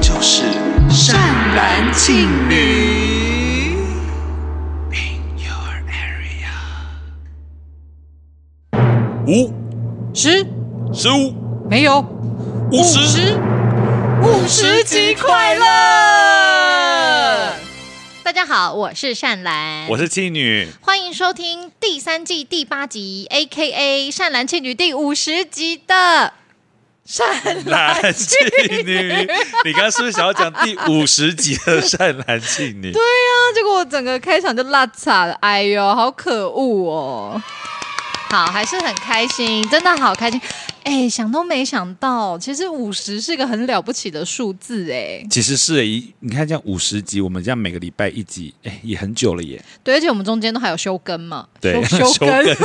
就是善男信女。In your area，五十十五没有五十，五十集快乐！大家好，我是善兰，我是妓 女，欢迎收听第三季第八集，A K A 善兰庆女第五十集的善男哎兰庆妓女。你刚刚是不是想要讲第五十集的善男信女？对啊，结果我整个开场就落差了，哎呦，好可恶哦！好，还是很开心，真的好开心，哎，想都没想到，其实五十是个很了不起的数字，哎，其实是一，你看这样五十集，我们这样每个礼拜一集，哎，也很久了耶。对，而且我们中间都还有休更嘛，对， 修修更，梗，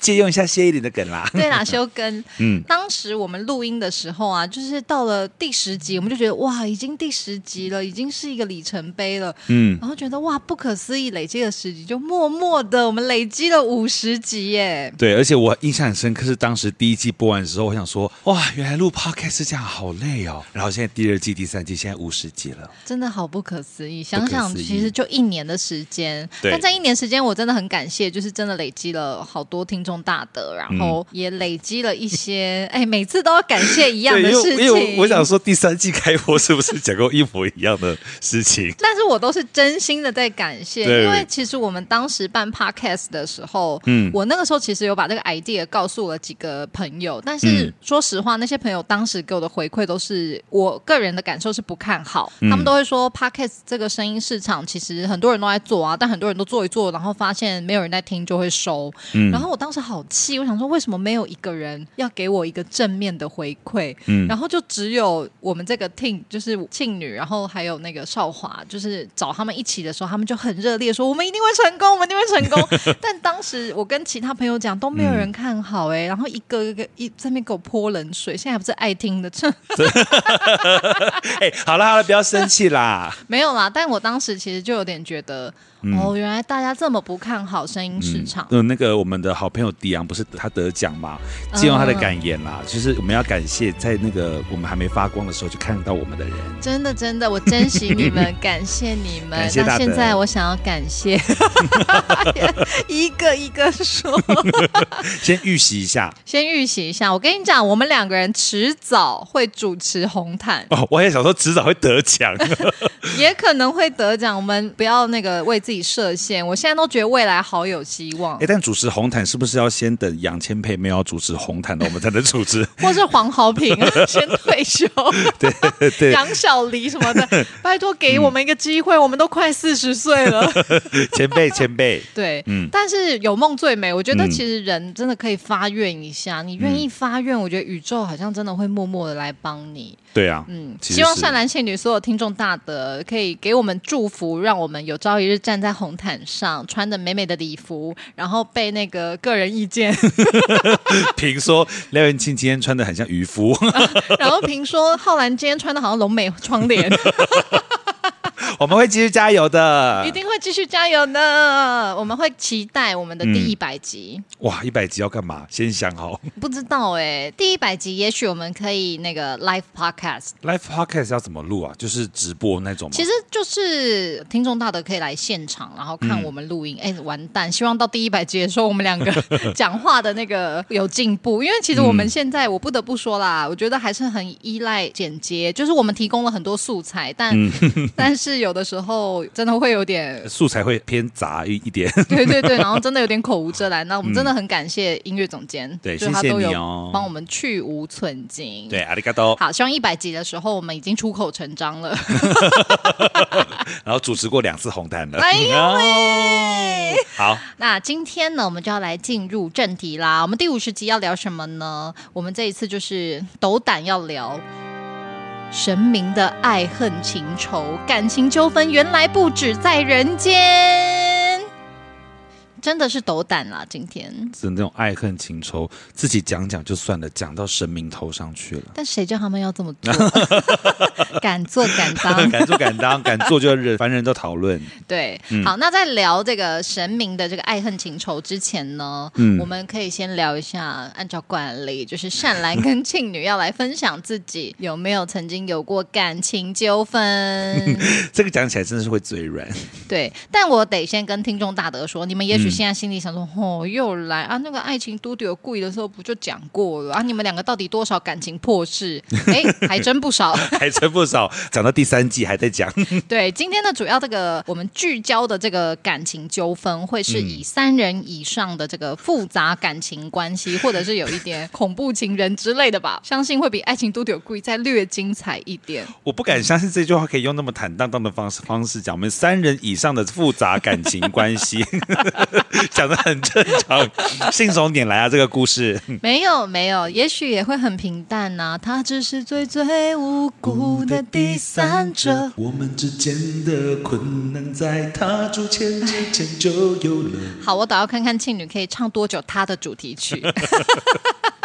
借用一下谢依霖的梗 啦。对啦，休更。嗯，当时我们录音的时候啊，就是到了第十集，我们就觉得哇，已经第十集了，已经是一个里程碑了。嗯，然后觉得哇，不可思议，累积了十集，就默默的我们累积了五十集耶。对，而且我印象很深刻是当时第一季播完的时候，我想说，哇，原来录 podcast 是这样，好累哦。然后现在第二季、第三季，现在五十集了。真的好不可思议。可想思议想，其实就一年的时间，对但在一年时间，我真的很感谢，就是真的累积了好多听众大德，然后嗯也累积了一些，哎，每次都要感谢一样对，的因事为情。？因为我我想说，第三季开播是不是讲过一模一样的事情 但是我都是真心的在感谢，对因为其实我们当时办 podcast 的时候，嗯我那个时候其实有把这个 idea 告诉了几个朋友，但是嗯说实话，那些朋友当时给我的回馈都是我个人的感受是不看好，嗯他们都会说 podcast 这个声音市场其实很多人都在做啊，但很多人都做一做，然后发现没有人在听就会收，嗯然后我当时好气，我想说为什么没有一个人要给我一个正面的回馈，嗯然后就只有我们这个 team，就是庆女，然后还有那个少华，就是找他们一起的时候，他们就很热烈地说我们一定会成功，我们一定会成 功。但当时我跟其他朋友讲都没有人看好嗯哎、然后一个一个一在那边给我泼冷水，现在还不是爱听的， 这哎、好了好了，不要生气啦。没有啦。但我当时其实就有点觉得，哦，原来大家这么不看好声音市场。嗯，那个我们的好朋友迪昂不是他得奖嘛？嗯借用他的感言啦，就是我们要感谢在那个我们还没发光的时候就看到我们的人。真的，真的，我珍惜你 们，感谢你们。感谢大那德现在我想要感 谢， 一个一个说。先预习一下先预习一下，我跟你讲，我们两个人迟早会主持红毯，哦，我也想说迟早会得奖。也可能会得奖。我们不要那个为自己设限，我现在都觉得未来好有希望哎、，但主持红毯是不是要先等杨千霈没有要主持红毯了，我们才能主 持？或是黄豪平啊 先退休，对对， 杨小黎什么的，拜托给我们一个机会，我们都快四十岁了。前辈前辈， 对，嗯但是有梦最美。我觉得嗯其实人真的可以发愿一下，你愿意发愿，我觉得宇宙好像真的会默默的来帮你。对啊，嗯，其实希望是善男信女所有听众大德可以给我们祝福，让我们有朝一日站在红毯上，穿着美美的礼服，然后被那个个人 意见，评说廖元庆今天穿的很像渔夫， 然后评说浩然今天穿的好像龙美窗帘， 我们会继续加油的 一。定会继续加油呢。我们会期待我们的第嗯一百集，哇，一百集要干嘛？先想好。不知道哎、第一百集也许我们可以那个 live podcast。 Live podcast 要怎么录啊？就是直播那种吗？其实就是听众大德可以来现场，然后嗯看我们录音。哎、完蛋！希望到第一百集的时候，我们两 个讲话的那个有进步。因为嗯其实我们现在，我不得不说啦，我觉得还是很依赖剪接，就是我们提供了很多素材，但、嗯 但是有的时候真的会有点。素材会偏杂一一点。对对对，然后真的有点口无遮拦，那我们真的很感谢音乐总监，嗯对就是他谢谢都你有哦帮我们去无存 菁。对，，啊阿里嘎多。好，希望一百集的时候我们已经出口成章 了。然后主持过两次红毯了。哎呦哦 好，那今天呢，我们就要来进入正题啦。我们第五十集要聊什么呢？我们这一次就是斗胆要聊神明的爱恨情仇、感情纠纷，原来不止在人间。真的是斗胆啦，今天。是那种爱恨情仇，自己讲讲就算了，讲到神明头上去了。但谁叫他们要这么做？敢做敢当， 敢做敢当，敢做就人，凡人都讨 论。对，好，那在聊这个神明的这个爱恨情仇之前呢，嗯我们可以先聊一下，按照惯例，就是善兰跟庆女要来分享自己有没有曾经有过感情纠纷。这个讲起来真的是会嘴软。 对，但我得先跟听众大德说，你们也许现在心里想说，哦，又来啊，那个爱情都丢贵的时候不就讲过了啊？你们两个到底多少感情破事？哎，还真不少。还真不少，讲到第三季还在讲，对，今天的主要这个我们聚焦的这个感情纠纷，会是以三人以上的这个复杂感情关系，或者是有一点恐怖情人之类的吧，相信会比爱情都有贵再略精彩一点。我不敢相信这句话可以用那么坦荡荡的方式方式讲。我们三人以上的复杂感情关系， 讲的很正常，信手拈来啊，这个故事。没有没有，也许也会很平淡呐、他只是最最无辜的第三者。我们之间的困难，在踏出前之前就有了。好，我倒要看看庆女可以唱多久她的主题曲。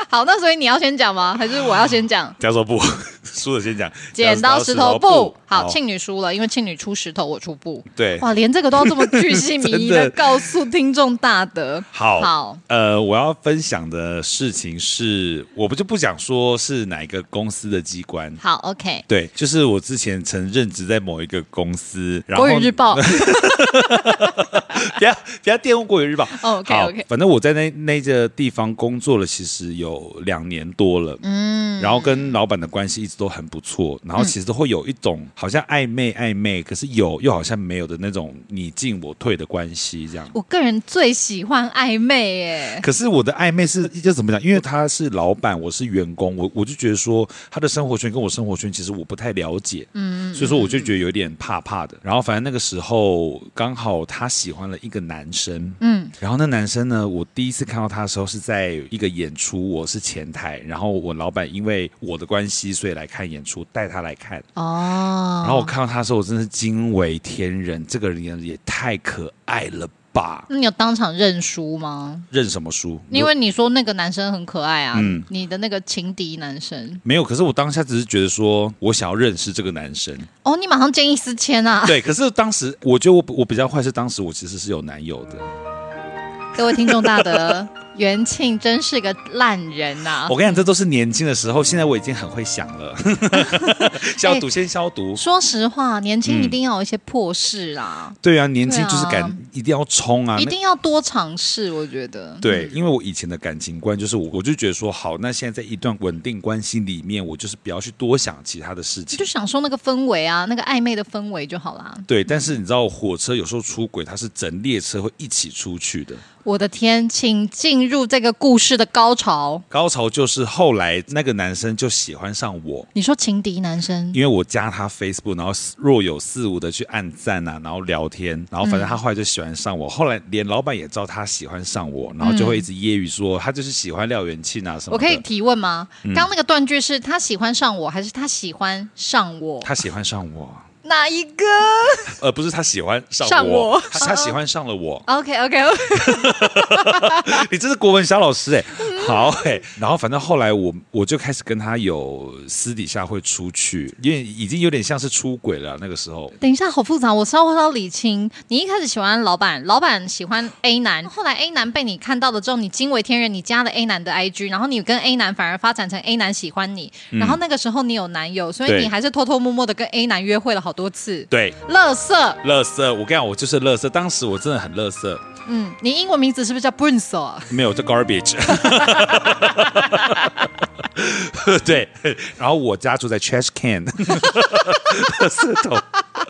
好，那所以你要先讲吗？还是我要先讲？加说 不，输了先讲。剪刀石头剪刀布，好，庆女输了，因为庆女出石头，我出布。对哇，连这个都要这么巨细靡 遗真的的告诉听众大德。好，好，呃，我要分享的事情是，我不就不讲说是哪一个公司的机关。好，OK。对，就是我之前曾任职在某一个公司，然后国语日 报 不要不要玷污国语日报。哦，OK，好 OK 反正我在那那个地方工作了，其实有两年多了，嗯，然后跟老板的关系一直都很不错，嗯然后其实会有一种好像暧昧暧昧，可是有又好像没有的那种你进我退的关系这样。我个人最喜欢暧昧耶，可是我的暧昧是就怎么讲？因为他是老板，我是员工，我我就觉得说他的生活圈跟我生活圈其实我不太了解，嗯，所以说我就觉得有点怕怕的。然后反正那个时候刚好他喜欢了一个男生，嗯，然后那男生呢，我第一次看到他的时候是在一个演出，我是前台，然后我老板因为我的关系，所以来看演出，带他来看。哦，然后我看到他的时候，我真是惊为天人，这个人也太可爱了吧！那你有当场认输吗？认什么书？因为你说那个男生很可爱啊，嗯你的那个情敌男生，没有，可是我当下只是觉得说，我想要认识这个男生。 哦，你马上见异思迁啊！对，可是当时我觉得我我比较坏，是当时我其实是有男友的。 各位听众大德，元庆真是个烂人啊呐、我跟你讲，这都是年轻的时候，现在我已经很会想 了。消哎毒先消毒。说实话，年轻嗯一定要有一些破事啦，对啊，年轻就是对啊敢，一定要冲啊！一那定要多尝试，我觉得。对，因为我以前的感情观就是我，我就觉得说，好，那现在在一段稳定关系里面，我就是不要去多想其他的事情就。享受那个氛围啊，那个暧昧的氛围就好啦。对，但是你知道，火车有时候出轨，它是整列车会一起出去的。我的天，请进入这个故事的高潮。高潮就是后来那个男生就喜欢上我，你说情敌男生因为我加他 Facebook，然后若有似无的去按赞啊，然后聊天，然后反正他后来就喜欢上我，后来连老板也知道他喜欢上我，然后就会一直揶揄说他就是喜欢廖元庆啊什么我的。嗯可以提问吗？刚那个断句是他喜欢上我，还是他喜欢上我？他喜欢上我， 哪一个 呃，不是他喜欢上我，上我。他他喜欢上了我？OK OK，你这是国文小老师哎、 好哎、然后反正后来我我就开始跟他有私底下会出去，因为已经有点像是出轨了啊那个时候。等一下，好复杂，我稍稍理清。你一开始喜欢老板，老板喜欢 A 男，后来 A 男被你看到了之后，你惊为天人，你加了 A 男的 IG，然后你跟 A 男反而发展成 A 男喜欢你，然后那个时候你有男友，所以嗯对你还是偷偷摸摸的跟 A 男约会了好多次。对，乐色，乐色，我跟你讲，我就是乐色。当时我真的很乐色，嗯，你英文名字是不是叫 Brunso 啊？没有这 garbage。对，然后我家住在 trash can，垃 圾桶。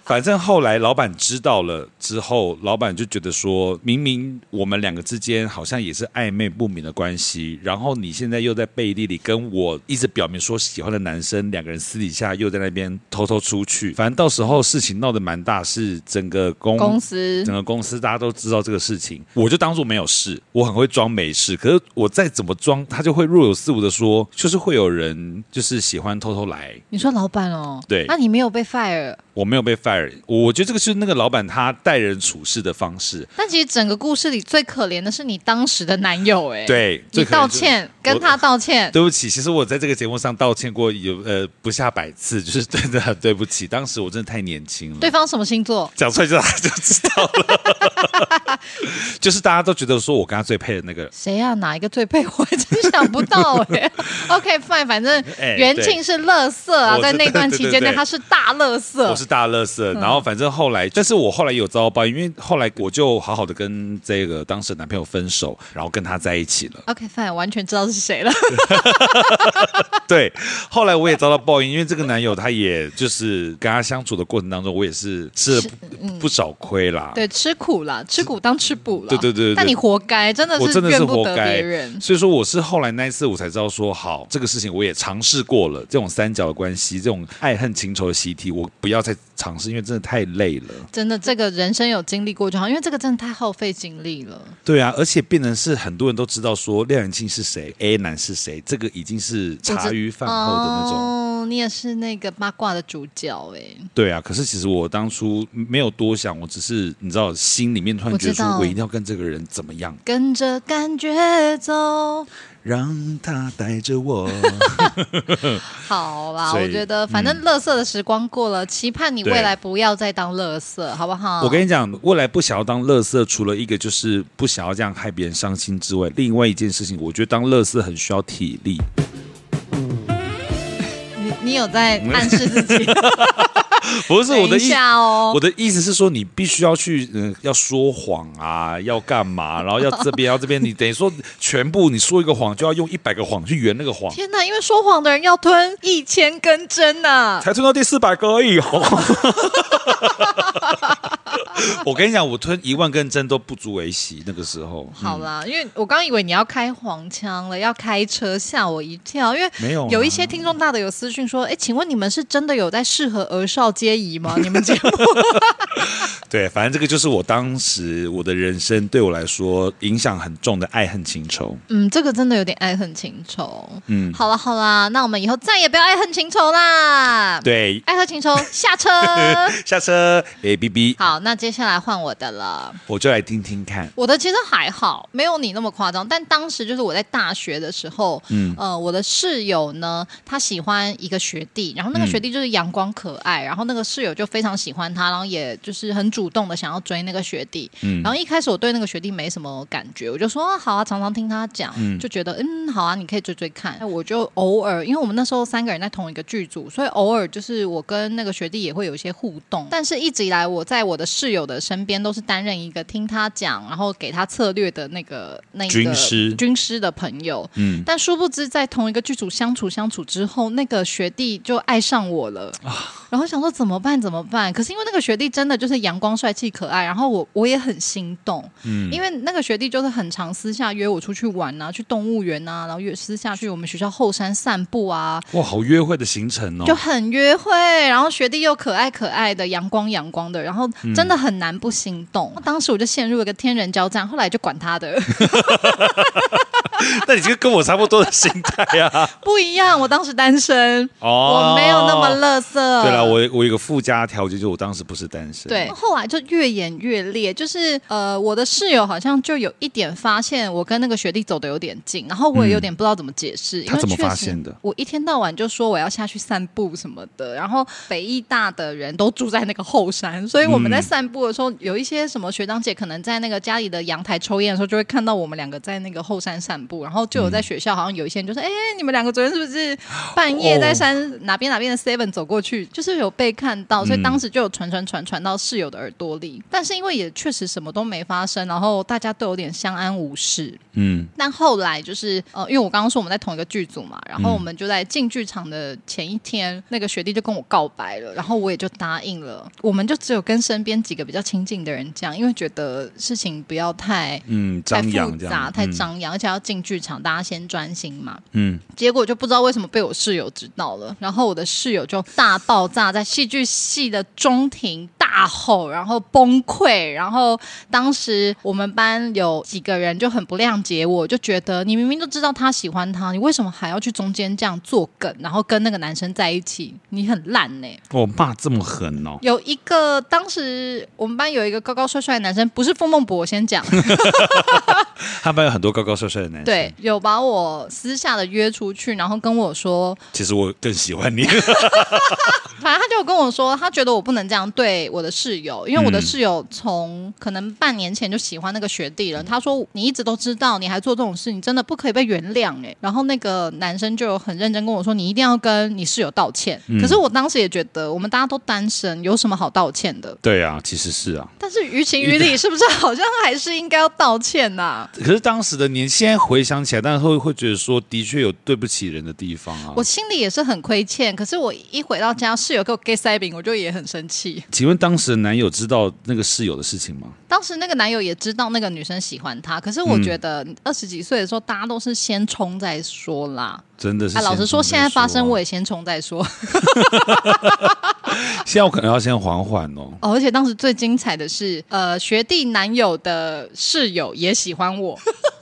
反正后来老板知道了之后，老板就觉得说，明明我们两个之间好像也是暧昧不明的关系，然后你现在又在背地里跟我一直表明说喜欢的男生，两个人私底下又在那边偷偷出去，反正到时候事情闹得蛮大，是整个公公司整个公司大家都知道这个事情，我就当做没有事，我很会装没事。可是我再怎么装，他就会若有似无的说，就是会有人就是喜欢偷偷来。你说老板哦，对那你没有被 fire，我没有被 fire。我觉得这个是那个老板他待人处事的方式。但其实整个故事里最可怜的是你当时的男友、哎，，对，你最可能道就是歉，跟我他道歉，对不起，其实我在这个节目上道歉过有呃不下百次，就是真的很对不起，当时我真的太年轻了。对方什么星座？讲出来就大家就知道了， 就是大家都觉得说我跟他最配的那个，谁呀、哪一个最配？我 真想不到哎、OK fine，反正哎元庆是乐色啊，我在知那段对对期对间内对他是大乐嗯色我。是大乐色。然后反正后来，但是我后来有遭到报应，因为后来我就好好的跟这个当时的男朋友分手，然后跟他在一起了。 OK fine，完全知道是谁 了。对，后来我也遭到报应，因为这个男友他也就是跟他相处的过程当中，我也是吃了不不少亏啦。嗯对，吃苦啦，吃苦当吃补啦。对对对对但你活该，真的我是真的怨是不活得该别人，。所以说我是后来那一次我才知道说，好，这个事情我也尝试过了，这种三角的关系，这种爱恨情仇的习题，我不要再尝试，因为真的太累了。真的，这个人生有经历过就好，因为这个真的太耗费精力了。对啊，而且变成是很多人都知道说廖元庆是谁，A 男是谁，这个已经是茶余饭后的那种。哦，你也是那个八卦的主角哎、对啊，可是其实我当初没有多想，我只是你知道，心里面突然觉得说我知道我一定要跟这个人怎么样，跟着感觉走，让他带着我。好啦，所以嗯我觉得反正乐色的时光过了，期盼你对未来不要再当乐色，好不 好？我跟你讲，未来不想要当乐色，除了一个就是不想要这样害别人伤心之外，另外一件事情，我觉得当乐色很需要体力。你你有在暗示自 己？不是我的等一意，下哦，我的意思是说，你必须要去，嗯、要说谎啊，要干嘛，然后要这边，要这边，你等于说全部你说一个谎，就要用一百个谎去圆那个谎，天哪！因为说谎的人要吞一千根针 啊呐、才吞到第四百个而已哦。 我跟你讲，我吞一万根针都不足为奇。那个时候，好啦，嗯因为我刚以为你要开黄腔了，要开车，吓我一跳。因为没有啊有一些听众大的有私讯说，哎，请问你们是真的有在适合儿少皆 宜吗？你们节目对，反正这个就是我当时我的人生对我来说影响很重的爱恨情仇。嗯，这个真的有点爱恨情仇。嗯，好了好啦，那我们以后再也不要爱恨情仇啦。，对，爱恨情仇 下车。下车，A B B，好，那接下来换我的了。我就来听听看。我的其实还好，没有你那么夸张。但当时就是我在大学的时候，嗯，呃，我的室友呢，他喜欢一个学弟，然后那个学弟就是阳光可爱，然后那个室友就非常喜欢他，然后也就是很主动的想要追那个学弟。嗯然后一开始我对那个学弟没什么感觉，我就说、啊、好啊，常常听他讲，就觉得嗯好啊，你可以追追看。我就偶尔，因为我们那时候三个人在同一个剧组，所以偶尔就是我跟那个学弟也会有一些互动。但是一直以来，我在我的室友的身边都是担任一个听他讲，然后给他策略的那个那一个军师军师的朋友。嗯，但殊不知，在同一个剧组相处相处之后，那个学弟就爱上我了。然后想说怎么办怎么办？可是因为那个学弟真的就是阳光帅气可爱，然后我我也很心动，嗯，因为那个学弟就是很常私下约我出去玩啊，去动物园啊，然后约私下去我们学校后山散步啊，哇，好约会的行程哦。就很约会，然后学弟又可爱可爱的，阳光阳光的，然后真的很难不心动。当时我就陷入了一个天人交战，后来就管他的，那你就跟我差不多的心态啊。不一样。我当时单身，哦我没有那么。乐色。对了，我我有一个附加条件，就是我当时不是单身。嗯对，，后来就越演越烈，就是呃，我的室友好像就有一点发现我跟那个学弟走的有点近，然后我也有点不知道怎么解释，因他为怎么确实发现的我一天到晚就说我要下去散步什么的，然后北艺大的人都住在那个后山，所以我们嗯在散步的时候，有一些什么学长姐可能在那个家里的阳台抽烟的时候，就会看到我们两个在那个后山散步，然后就有嗯在学校好像有一些人就说，哎、你们两个昨天是不是半哦夜在山哪边哪边的 Seven 走过去，就是有被看到，嗯所以当时就有传传传传到室友的耳朵里。但是因为也确实什么都没发生，然后大家都有点相安无事。嗯，但后来就是呃，因为我刚刚说我们在同一个剧组嘛，然后我们就在进剧场的前一天，那个学弟就跟我告白了，然后我也就答应了。我们就只有跟身边几个比较亲近的人讲，因为觉得事情不要太。嗯，太张复扬这杂，样，太张扬，而且要进剧场，大家先专心嘛。嗯。结果就不知道为什么被我室友知道了，然后我的室友就大爆炸，在戏剧系的中庭大大吼，然后崩溃。然后当时我们班有几个人就很不谅解我，就觉得你明明就知道他喜欢他，你为什么还要去中间这样做梗，然后跟那个男生在一起？你很烂呢、我骂这么狠哦，有一个当时我们班有一个高高帅帅的男生，不是傅孟博，我先讲，他们有很多高高帅帅的男生，对，，有把我私下的约出去，然后跟我说，其实我更喜欢你， 反正他就有跟我说，他觉得我不能这样对我的室友，因为我的嗯室友从可能半年前就喜欢那个学弟了。他说你一直都知道，你还做这种事，你真的不可以被原谅哎、然后那个男生就很认真跟我说，你一定要跟你室友道歉。可是我当时也觉得，我们大家都单身，有什么好道歉的？对啊，其实是啊。但是于情于理，是不是好像还是应该要道歉啊呐、可是当时的年，现在回想起来，但是会会觉得说，的确有对不起人的地方啊。我心里也是很亏欠，可是我一回到家，室友给我 gay 塞饼，我就也很生气。请问当时的男友知道那个室友的事情吗？当时那个男友也知道那个女生喜欢他，可是我觉得嗯二十几岁的时候，大家都是先冲再说啦。真的是啊，先老实说，冲再现在发生啊我也先冲再说。 现在我可能要先缓缓哦。哦，而且当时最精彩的是，呃，学弟男友的室友也喜欢 我，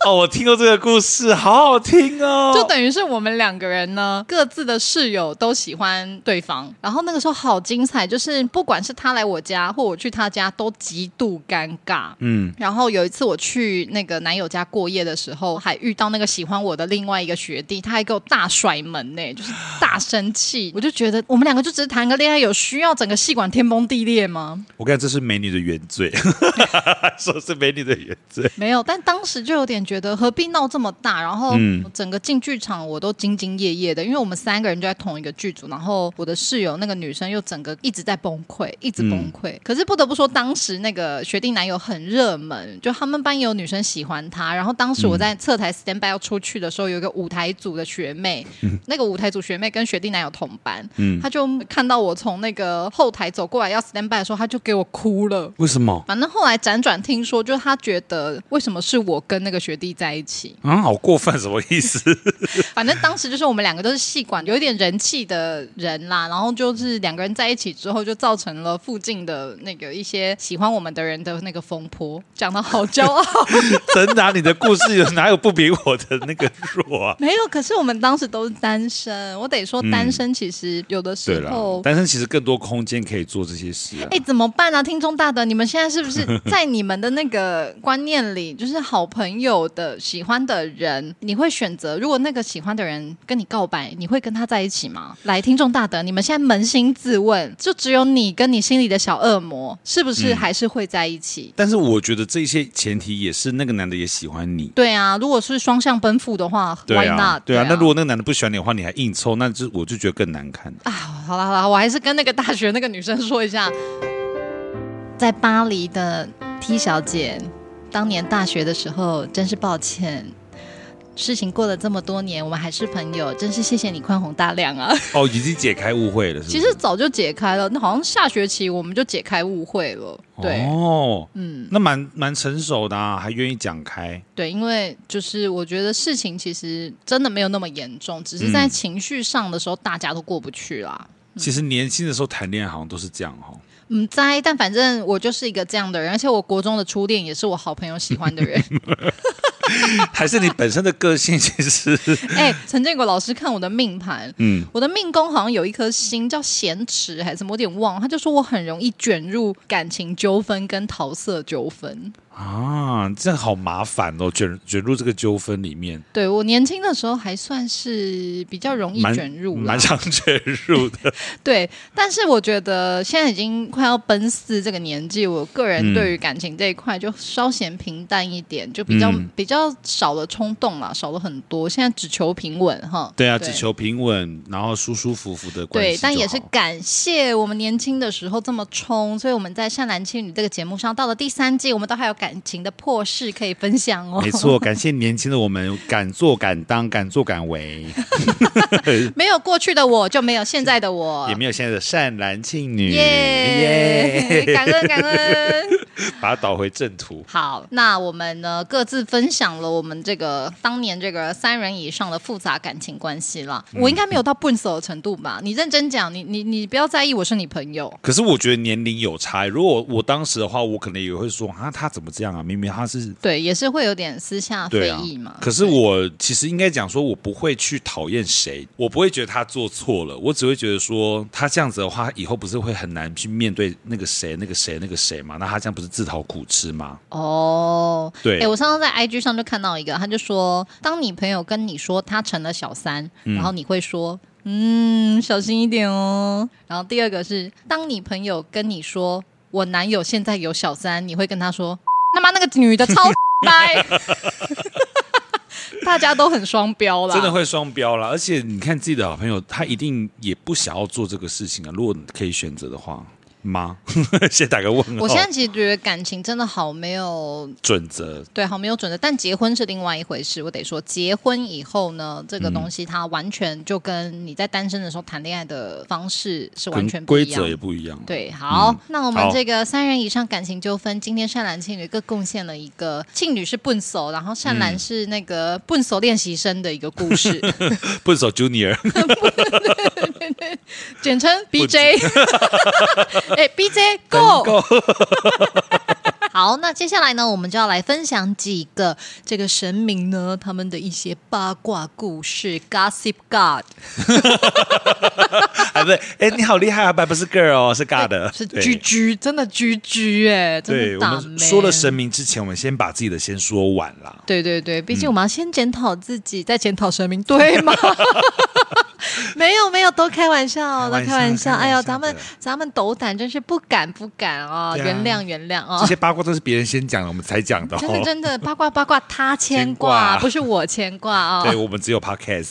哦，我听过这个故事，好好听哦。就等于是我们两个人呢，各自的室友都喜欢对方。然后那个时候好精彩，就是不管是他来我家或我去他家，都极度尴尬。嗯，然后有一次我去那个男友家过夜的时候，还遇到那个喜欢我的另外一个学弟，他还给我大甩门呢、就是大生气。我就觉得我们两个就只是谈个恋爱，有需要整个戏馆天崩地裂吗？我看这是美女的原罪， 说是美女的原罪。没有，但当时就有点觉得何必闹这么大。然后整个进剧场我都兢兢业业的，因为我们三个人就在同一个剧组，然后我的室友那个女生又整个一直在崩溃，一直崩溃。可是不得不说，当时那个学弟男友很热门，就他们班也有女生喜欢他。然后当时我在侧台 stand by 要出去的时候，有一个舞台组的学妹，那个舞台组学妹跟学弟男友同班，她就看到我从那个后台走过来要 stand by 的时候，她就给我哭了。为什么？？反正后来辗转听说，就是他觉得为什么是我跟那个学弟在一起啊，好过分，什么意思？反正当时就是我们两个都是戏馆有一点人气的人啦，然后就是两个人在一起之后，就造成了附近的那个一些喜欢我们的人的那个风波。讲的好骄傲， 真拿你的故事有哪有不比我的那个弱啊？没有，可是我们当时都是单身，我得说单身其实有的嗯对时啦候，。单身其实更多空间可以做这些事啊。哎，怎么办啊？听众大德，你们现在是不 是在你们的那个观念里，就是好朋友的喜欢的人，你会选择？如果那个喜欢的人跟你告白，你会跟他在一起吗？来，听众大德，你们现在扪心自问，就只有你跟你心里的小恶魔，是不嗯是还是会在一起？但是我觉得这些前提也是那个男的也喜欢你。对啊，如果是双向奔赴的话对，Why 啊 not？，对啊，那如果那个男的不喜欢你的话，你还硬凑，那就我就觉得更难 看。啊，好啦好啦，我还是跟那个大学那个女生说一下，在巴黎的 T 小姐，当年大学的时候真是抱歉。事情过了这么多年，我们还是朋友，真是谢谢你宽宏大量啊！哦，已经解开误会了，是不 其是实早就解开了，那好像下学期我们就解开误会了。对、哦，嗯，那蛮蛮成熟的、啊，还愿意讲开。对，因为就是我觉得事情其实真的没有那么严重，只是在嗯情绪上的时候大家都过不去啦。其实年轻的时候谈恋爱好像都是这样哦。 嗯，在，但反正我就是一个这样的人，而且我国中的初恋也是我好朋友喜欢 的人。还是你本身的个性其实， 哎、陈建国老师看我的命盘，嗯，我的命宫好像有一颗星叫咸池还是什么，我有点忘了。他就说我很容易卷入感情纠纷跟桃色纠纷。啊，这样好麻烦哦，卷卷入这个纠纷里面，对我年轻的时候还算是比较容易蛮卷入啊啦蛮常卷入的。对，但是我觉得现在已经快要奔四这个年纪，我个人嗯对于感情这一块就稍显平淡一点，就比较、嗯比较少了冲动啦，少了很多。现在只求平稳哈。对啊，只求平稳，然后舒舒服服的关系对，就好。但也是感谢我们年轻的时候这么冲，所以我们在《善男信女》这个节目上，到了第三季，我们都还有改感情的破事可以分享哦。没错，感谢年轻的我们，敢做敢当，敢作敢 为， 没有过去的我就没有现在的我也。没有现在的善男信女，耶！ 耶感恩感恩。把它导回正途。好，那我们呢各自分享了我们这个当年这个三人以上的复杂感情关系啦。嗯我应该没有到笨手的程度吧？你认真讲，你你你不要在意我是你朋友。可是我觉得年龄有差，如果我当时的话，我可能也会说啊，他怎么这样啊？明明他是对，也是会有点私下对非啊议嘛。可是我其实应该讲说，我不会去讨厌谁，我不会觉得他做错了，我只会觉得说他这样子的话，以后不是会很难去面对那个谁、那个谁、那个谁嘛？那他这样不是自讨苦吃吗？哦，对哎、我上次在 IG 上就看到一个，他就说，当你朋友跟你说他成了小三，然后你会说，嗯，小心一点哦。然后第二个是，当你朋友跟你说我男友现在有小三，你会跟他说，他妈那个女 的超呆， 大家都很双标啦，真的会双标啦！而且你看自己的好朋友，他一定也不想要做这个事情啊。如果你可以选择的话，吗？ 先打个问号。我现在其实觉得感情真的好没有准则对，好没有准则，但结婚是另外一回事。我得说，结婚以后呢，这嗯个东西它完全就跟你在单身的时候谈恋爱的方式是完全跟不规一样则。也不一样。对，好，嗯那我们好这个三人以上感情纠纷，今天善男庆女各贡献了一个，庆女是笨手，然后嗯善男是那个笨手练习生的一个 故事，笨手 Junior，简称 BJ。哎，BJ Go。好，那接下来呢，我们就要来分享几个这个神明呢他们的一些八卦故事，Gossip God 啊，不是，哎，你好厉害啊！白不是 girl，哦是 god 的，是对居居，真的居居哎，真对的我打们说了神神，明之前，我们先把自己的先说完啦。对对对，嗯毕竟我们要先检讨自己，再检讨神明，对吗？ 没有没有，都开玩笑，都开玩笑开玩笑。开玩笑哎呦，的咱们咱们斗胆，真是不敢不敢哦，对啊原谅原谅哦这。些八卦都是别人先讲的，我们才讲的真的哦。真的八卦八卦，他牵挂牵挂不是我牵挂啊、对我们只有 podcast，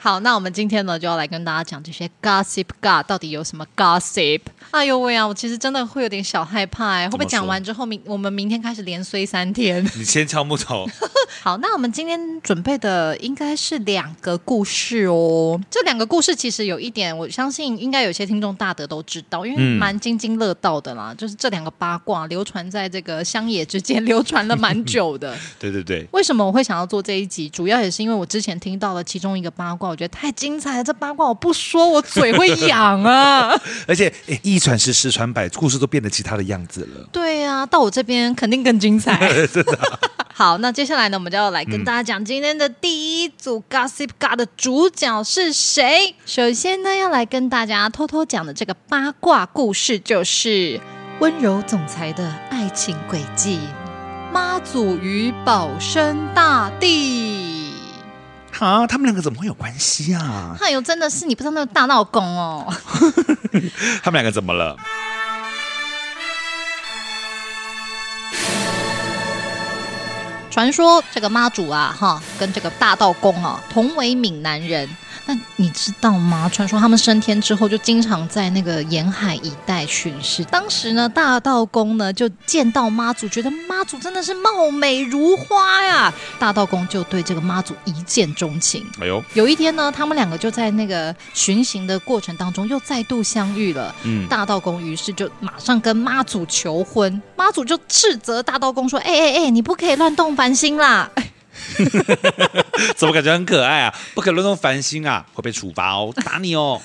好，那我们今天呢就要来跟大家讲这些 gossip god 到底有什么 gossip。哎呦喂啊，我其实真的会有点小害怕、哎，会不会怎么说讲完之后明我们明天开始连衰三天？ 你先敲木头， 好，那我们今天准备的应该是两个故事哦。这两个故事其实有一点，我相信应该有些听众大德都知道，因为嗯蛮津津乐道的啦。就是这两个八卦流传在这个乡野之间， 流传了蛮久的。对对对，为什么我会想要做这一集？主要也是因为我之前听到了其中一个八卦，我觉得太精彩了。这八卦我不说，我嘴会痒啊。而且诶一传十，十传百，故事都变得其他的样子了。对啊，到我这边肯定更精彩。好，那接下来呢，我们就要来跟大家讲今天的第一组 Gossip God 的主角是谁。首先呢，要来跟大家偷偷讲的这个八卦故事，就是温柔总裁的爱情轨迹。妈祖与保生大帝。啊，他们两个怎么会有关系啊？哎呦，真的是你不知道那个大闹宫哦。 他们两个怎么了？传说这个妈祖啊，哈，跟这个大道公啊，同为闽南人。那你知道吗？传说他们升天之后，就经常在那个沿海一带巡视。当时呢，大道公呢就见到妈祖，觉得妈祖真的是貌美如花呀。大道公就对这个妈祖一见钟情。哎呦，有一天呢，他们两个就在那个巡行的过程当中又再度相遇了。嗯，大道公于是就马上跟妈祖求婚，妈祖就斥责大道公说：“哎哎哎，你不可以乱动凡 心啦！怎么感觉很可爱啊？不可乱动凡心啊，会被处罚哦，打你 哦。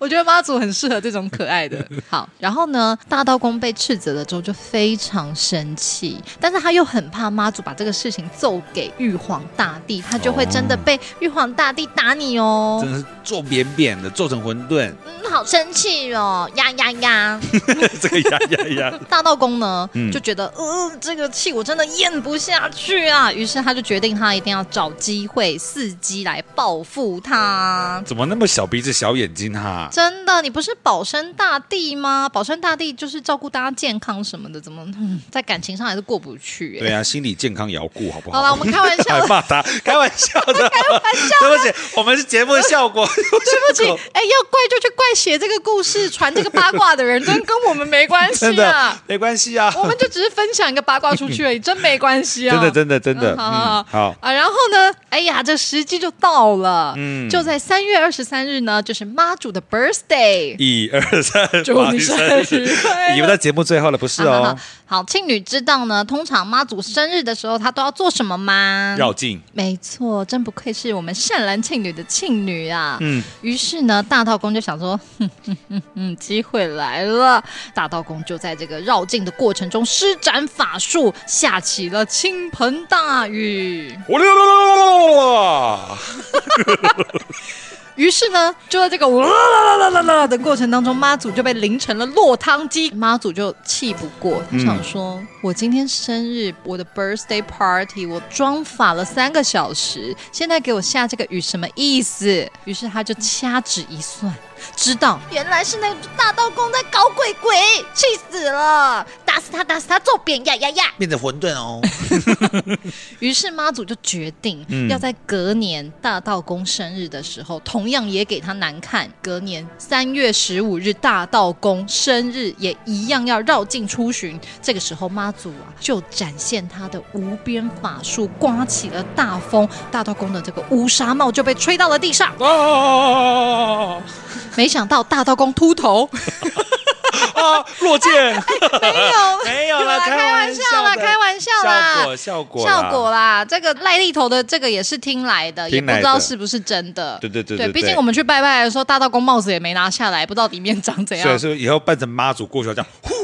我觉得妈祖很适合这种可 爱的。好，然后呢，大道公被斥责了之后就非常生气，但是他又很怕妈祖把这个事情奏给玉皇大帝，他就会真的被玉皇大帝打你哦哦。真的是皱扁扁的，皱成馄饨。嗯，好生气哦，呀呀呀！ 这个呀呀呀，大道公呢，嗯就觉得呃，这个气我真的咽不下去啊，于是他就决定他一定要找机会伺机来报复他。怎么那么小鼻子小眼睛哈、 真的，你不是保生大帝吗？保生大帝就是照顾大家健康什么的，怎么、嗯在感情上还是过不去、欸？对啊，哎心理健康也要顾，好不好？好啦，我们开玩笑还的，骂他，开玩笑的，开玩笑。对不起，我们是节目的效果。对对不起，哎、要怪就去怪写这个故事、传这个八卦的人，真跟我们没关 真系的啊。没关系啊，我们就只是分享一个八卦出去而已，真没关系 啊。真的真的真的，嗯好嗯，好，啊，然后呢，哎呀，这时机就到了，嗯就在三月二十三日呢，就是妈祖的 birthday，一二三，祝八你生日快乐以为到节目最后了，不是啊哈哈哦哈，好，庆女知道呢，通常妈祖生日的时候，她都要做什么吗？绕境，没错，真不愧是我们善兰庆女的庆女啊。嗯，于是呢，大道公就想说， 哼哼哼哼，机会来了。大道公就在这个绕境的过程中施展法术，下起了倾盆大雨。我溜溜溜溜溜溜溜，于是呢，就在这个哇啦啦啦啦啦的过程当中，妈祖就被淋成了落汤鸡。妈祖就气不过，他想说：“我今天生日，我的 birthday party，我装法了三个小时，现在给我下这个雨什么意思？”于是他就掐指一算，知道原来是那个大道公在搞鬼鬼，气死了！打死他，打死他，揍扁呀呀呀！变成馄饨哦。于是妈祖就决定嗯要在隔年大道公生日的时候，同样也给他难看。隔年三月十五日大道公生日也一样要绕境出巡。这个时候妈祖啊就展现他的无边法术，刮起了大风，大道公的这个乌纱帽就被吹到了地上。啊没想到大道公秃头，啊，落剑，没有没有了，啦开玩玩笑啦，的开玩笑效啦果。效果效果啦，这个赖立头的这个也是听来的，也听不来的知道是不是真的。对对对对毕对竟我们去拜拜的时候，大道公帽子也没拿下来，不知道里面长怎所以样。说以后扮成妈祖过去，这样呼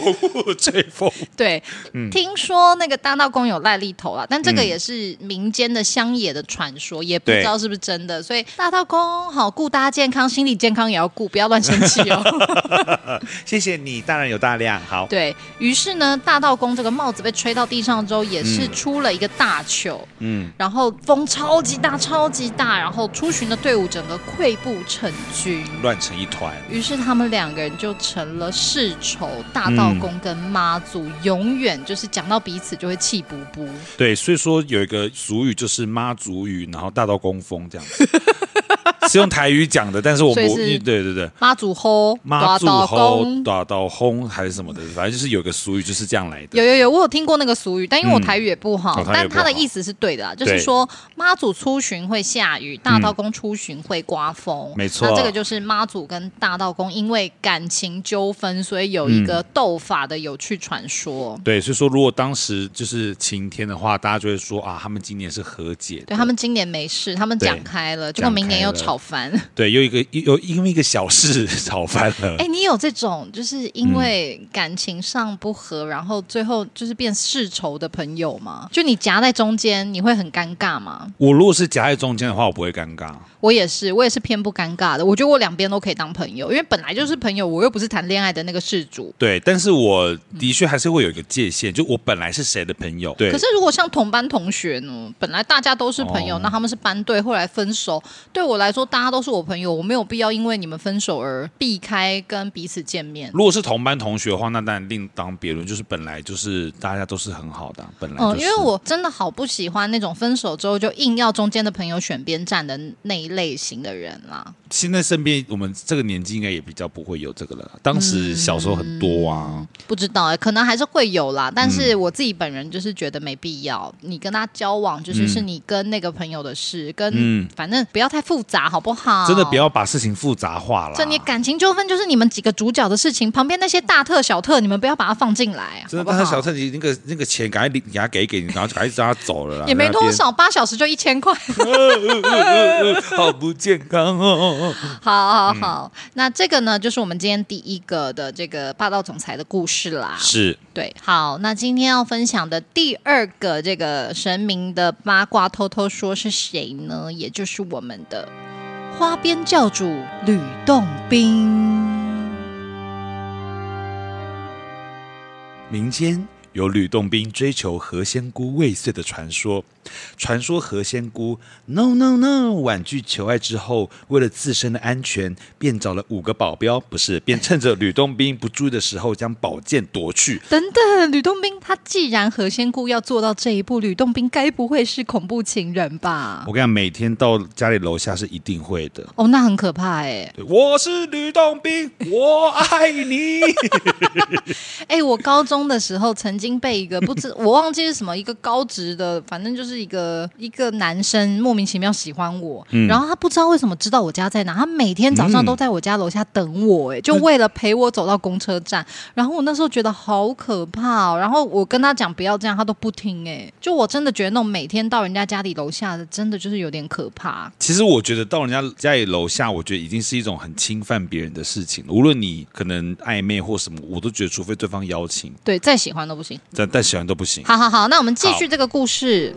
呼呼呼吹风，对，嗯听说那个大道公有赖立头啦，但这个也是民间的乡野的传说，也不对知道是不是真的。所以大道公好顾大家健康，心理健康也要顾，不要乱生气 哦。谢谢你，大人有大量，好，对于是呢，大道公这个帽子被吹到地上之后，也是嗯出了一个大糗。嗯，然后风超级大，超级大，然后出巡的队伍整个溃不成军。乱成一团，于是他们两个人就成了世仇，大道公跟妈祖、永远就是讲到彼此就会气不不。对，所以说有一个俗语就是妈祖语，然后大道公风 这样子，是用台语讲的，但是我所以不，是对对对。妈祖吼，妈祖大道吼公。打到轰还是什么的，反正就是有个俗语就是这样来的。有有有，我有听过那个俗语，但因为我台语也不好，嗯哦台语也但不他的好意思是对的啊啦，就对嗯是说妈祖出巡会下雨，大道公出巡会刮风，没错那这个就是妈祖跟大道公因为感情纠纷，所以有一嗯个斗法的有趣传说。对，所以说如果当时就是晴天的话，大家就会说啊，他们今年是和解的。对他们今年没事，他们对讲开了，结果明年又吵翻。对又一个又又因为一个小事 吵翻了。 哎、你有这种就是嗯因为感情上不和，然后最后就是变世仇的朋友吗？就你夹在中间，你会很尴尬吗？我如果是夹在中间的话，我不会尴尬。我也是，我也是偏不尴尬的。我觉得我两边都可以当朋友，因为本来嗯就是朋友，我又不是谈恋爱的那个事主。对，但是嗯我的确还是会有一个界限，就我本来是谁的朋友，对可，是如果像同班同学呢，本来大家都是朋友，哦那他们是班队，后来分手，对我来说大家都是我朋友，我没有必要因为你们分手而避开跟彼此见面。如果是同班同学的话，那当然另当别论，就是本来就是大家都是很好的啊、本来、就是嗯，因为我真的好不喜欢那种分手之后就硬要中间的朋友选边站的那一类型的人啦。现在身边我们这个年纪应该也比较不会有这个了，当嗯时小时候很多啊，不知道、欸，可能还是会有啦，但嗯是我自己本人就是觉得没必要。你跟他交往，就是嗯是你跟那个朋友的事，跟、嗯反正不要太复杂，好不好？真的不。要把事情复杂化了。哦这你感情纠纷就是你们几个主角的事情，旁边那些大特小特，你们不要把它放进来，真的，好不但好是小趁你那个那个钱赶快领给他给给你，然后就赶紧让他走了啦。也没啊在那多边， 呃少，八小时就一千块。好不健康哦。好好嗯好，那这个呢，就是我们今天第一个的这个霸道总裁的故事啦。是，对，好，那今天要分享的第二个这个神明的八卦，偷偷说是谁呢？也就是我们的花边教主吕洞宾。民间有吕洞宾追求何仙姑未遂的传说，传说何仙姑 no no no 婉拒求爱之后，为了自身的安全，便找了五个保镖，不是，便趁着吕洞宾不注意的时候，将宝剑夺去。等等，吕洞宾他既然何仙姑要做到这一步，吕洞宾该不会是恐怖情人吧？我跟你讲，每天到家里楼下是一定会的。哦，那很可怕哎、对我是吕洞宾，我爱你。哎、我高中的时候曾经被一个不知我忘记是什么一个高职的，反正就是一个一个男生莫名其妙喜欢我，然后他不知道为什么知道我家在哪，他每天早上都在我家楼下等我、哎、就为了陪我走到公车站。然后我那时候觉得好可怕、哦，然后我跟他讲不要这样，他都不听、哎，就我真的觉得那种每天到人家家里楼下的，真的就是有点可怕。 其实我觉得到人家家里楼下，我觉得已经是一种很侵犯别人的事情了。无论你可能暧昧或什么，我都觉得除非对方邀请，对，再喜欢都不行。但但喜欢都不行。好好好，那我们继续这个故事。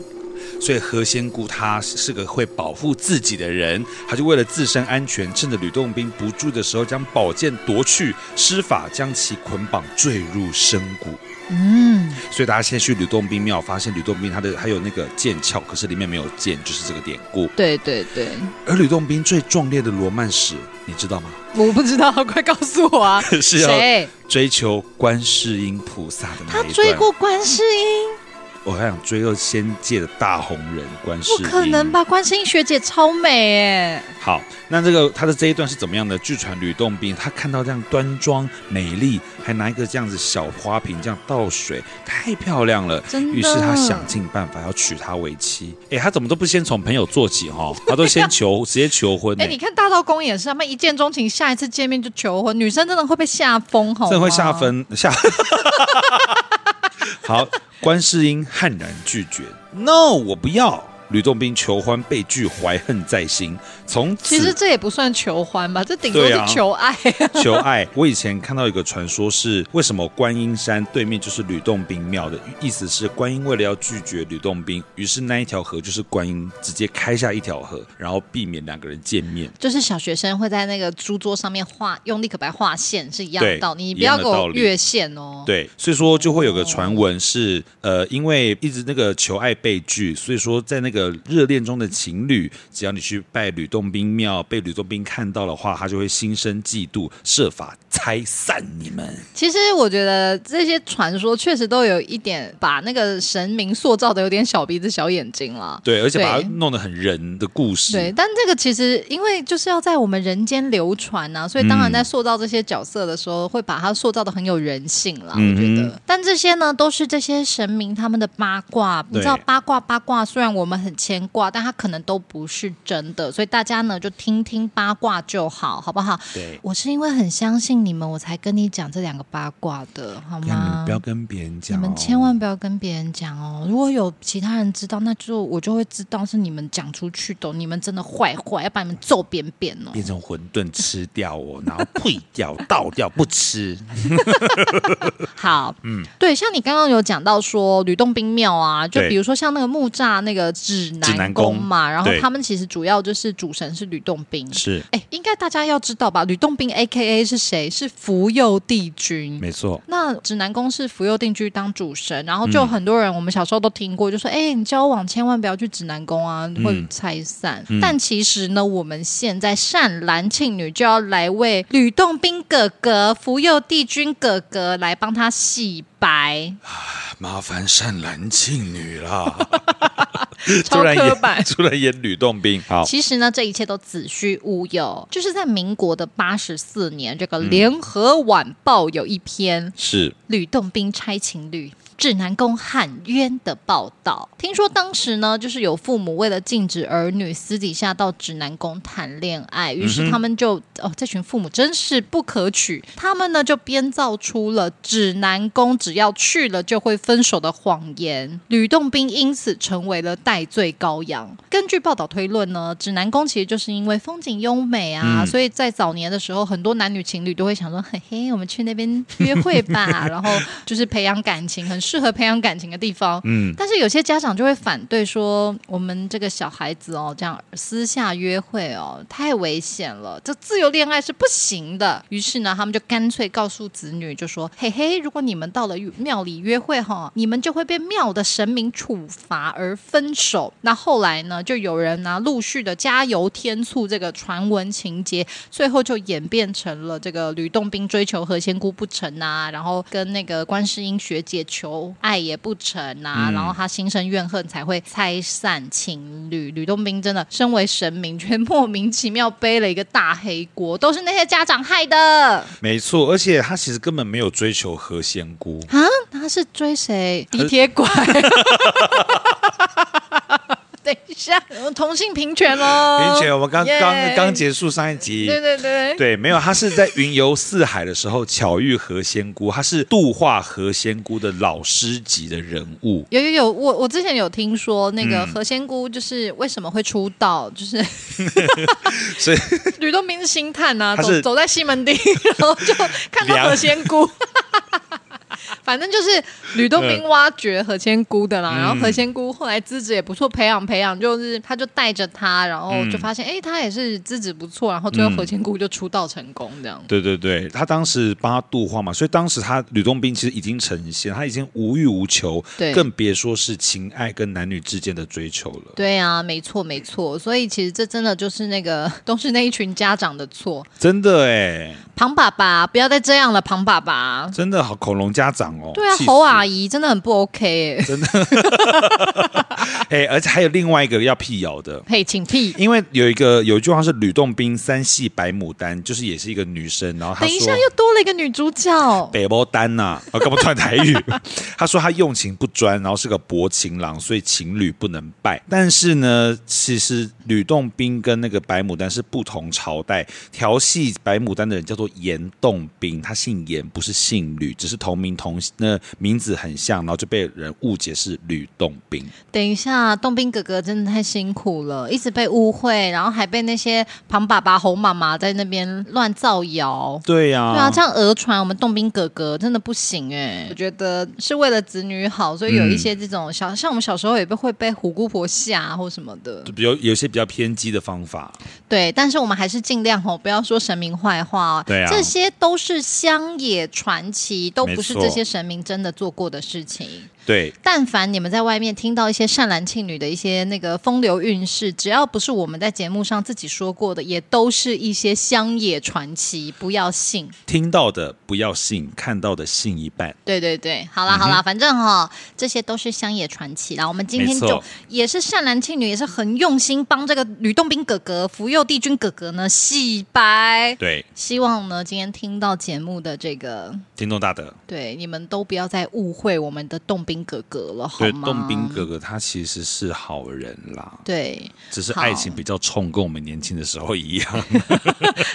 所以何仙姑她是个会保护自己的人，她就为了自身安全，趁着吕洞宾不注意的时候，将宝剑夺去，施法将其捆绑坠入深谷。嗯，所以大家先去吕洞宾庙，发现吕洞宾他的还有那个剑鞘，可是里面没有剑，就是这个典故。对对对，而吕洞宾最壮烈的罗曼史，你知道吗？ 我不知道， 快告诉我啊！是哦要谁？追求观世音菩萨的那他一段。追过观世音？我还想追到仙界的大红人观世不音。可能吧？观世音学姐超美哎！好，那这个他的这一段是怎么样的？据传吕洞宾他看到这样端庄美丽，还拿一个这样子小花瓶这样倒水，太漂亮了。真的于是他想尽办法要娶她为妻。哎，他怎么都不先从朋友做起哈、他都先求直接求婚、 哎、欸你看大道公也是，他们一见钟情，下一次见面就求婚，女生真的会被吓疯，好吗啊真的会下。分下。 好，观世音悍然拒绝，No，我不要。吕洞宾求欢被拒，怀恨在心。从此其实这也不算求欢吧，这顶多对是啊求爱。 求爱。我以前看到一个传说是，为什么观音山对面就是吕洞宾庙的意思是，观音为了要拒绝吕洞宾，于是那一条河就是观音直接开下一条河，然后避免两个人见面。就是小学生会在那个书桌上面画，用立可白画线是一样对的道理，你不一样要的给道我理越线哦。对，所以说就会有个传闻是，呃，因为一直那个求爱被拒，所以说在那个热恋中的情侣，只要你去拜吕洞宾庙，被吕洞宾看到的话，他就会心生嫉妒，设法拆散你们。其实我觉得这些传说确实都有一点把那个神明塑造的有点小鼻子小眼睛了。对，而且把它对弄得很人的故事。对，但这个其实因为就是要在我们人间流传呐、所以当然嗯在塑造这些角色的时候，会把它塑造的很有人性啦。我觉嗯得，但这些呢都是这些神明他们的八卦。你对知道八卦八卦，虽然我们很牵挂，但它可能都不是真的，所以大家呢就听听八卦就好，好不好？对我是因为很相信你们，我才跟你讲这两个八卦的，好你们吗？不要跟别人讲、你哦，们千万不要跟别人讲哦，如果有其他人知道，那就我就会知道是你们讲出去的哦，你们真的坏坏，要把你们揍扁扁哦。变成馄饨吃掉哦， 然后退掉、倒掉不吃。好，嗯，对，像你刚刚有讲到说吕洞宾庙啊，就对比如说像那个木栅那个指指南南宫宫嘛，然后对他们其实主要就是主神是吕洞宾。 是，哎，应该大家要知道吧？吕洞宾 A K A 是谁？是福佑帝君。没错。那指南宫是福佑定居当主神，然后就很多人，我们小时候都听过，就说：“哎、你交往千万不要去指南宫啊，会拆散。但其实呢，我们现在善男信女就要来为吕洞宾哥哥、福佑帝君哥哥来帮他洗白，麻烦善男信女 啦，突超然刻演。板 突然演吕洞宾，好，其实呢，这一切都子虚乌有。就是在民国的八十四年，这个《联合晚报》有一篇是吕洞宾差情侣。指南宫喊冤的报道，听说当时呢，就是有父母为了禁止儿女私底下到指南宫谈恋爱，于是他们就、哦，这群父母真是不可取，他们呢就编造出了指南宫只要去了就会分手的谎言。吕洞宾因此成为了戴罪羔羊。根据报道推论呢，指南宫其实就是因为风景优美啊，嗯所以在早年的时候，很多男女情侣都会想说，嘿嘿，我们去那边约会吧，然后就是培养感情，很适合培养感情的地方。嗯，但是有些家长就会反对说，我们这个小孩子哦，这样私下约会哦，太危险了，这自由恋爱是不行的。于是呢，他们就干脆告诉子女，就说：“嘿嘿，如果你们到了庙里约会哈、你们就会被庙的神明处罚而分手。”那后来呢，就有人呢、陆续的加油添醋这个传闻情节，最后就演变成了这个吕洞宾追求何仙姑不成啊，然后跟那个观世音学姐求爱也不成啊，嗯然后他心生怨恨才会拆散情侣。吕洞宾真的身为神明，却莫名其妙背了一个大黑锅，都是那些家长害的。没错，而且他其实根本没有追求何仙姑，啊，他是追谁？呃地铁拐。 等一下，同性平权喽！并且我们刚哦耶刚刚结束上一集，对对对，对，没有，他是在云游四海的时候巧遇何仙姑，他是度化何仙姑的老师级的人物。有有有，我我之前有听说那嗯个何仙姑就是为什么会出道，就是 所以吕洞宾是星探啊，他走是走在西门町， 然后就看到梁何仙姑。 反正就是吕洞宾挖掘何仙姑的啦，嗯然后何仙姑后来资质也不错，培养培养，就是他就带着他，然后嗯就发现哎、诶他也是资质不错，然后最后何仙姑就出道成功这样。对对对，他当时帮他度化嘛，所以当时他吕洞宾其实已经成仙，他已经无欲无求对，更别说是情爱跟男女之间的追求了，对啊，没错没错，所以其实这真的就是那个 都是那一群家长的错，真的哎，庞爸爸，不要再这样了，庞爸爸。真的好恐龙家长哦，对啊气，死侯阿姨真的很不 OK 哎、哎，而且还有另外一个要辟谣的，嘿，请屁！因为有一个有一句话是吕洞宾三系白牡丹，就是也是一个女生，然后她等一说下又多了一个女主角，北包丹呐、 啊，干嘛突然台语？他说他用情不专，然后是个薄情郎，所以情侣不能拜。但是呢，其实吕洞宾跟那个白牡丹是不同朝代，调戏白牡丹的人叫做严洞宾，他姓严，不是姓吕，只是同名同那、名字很像，然后就被人误解是吕洞宾。等一下，洞宾哥哥真的太辛苦了，一直被误会，然后还被那些庞爸爸、侯妈妈在那边乱造谣。对呀、对啊，这样讹传我们洞宾哥哥真的不行哎、我觉得是为了子女好，所以有一些这种小，像我们小时候也被会被虎姑婆吓或什么的。就比较有一些比较偏激的方法，对，但是我们还是尽量吼，不要说神明坏话哦。对啊这些都是乡野传奇，都不是没错这些神明真的做过的事情。对，但凡你们在外面听到一些善男信女的一些那个风流韵事，只要不是我们在节目上自己说过的，也都是一些乡野传奇，不要信。听到的不要信，看到的信一半。对对对，好啦好嗯啦，反正哈，这些都是乡野传奇啦。我们今天没错就也是善男信女，也是很用心帮这个吕洞宾哥哥、福佑帝君哥哥呢洗白。对，希望呢，今天听到节目的这个，听众大德。对你们都不要再误会我们的洞宾哥哥了，好对，吗？洞宾哥哥他其实是好人啦，对，只是好爱情比较冲，跟我们年轻的时候一样。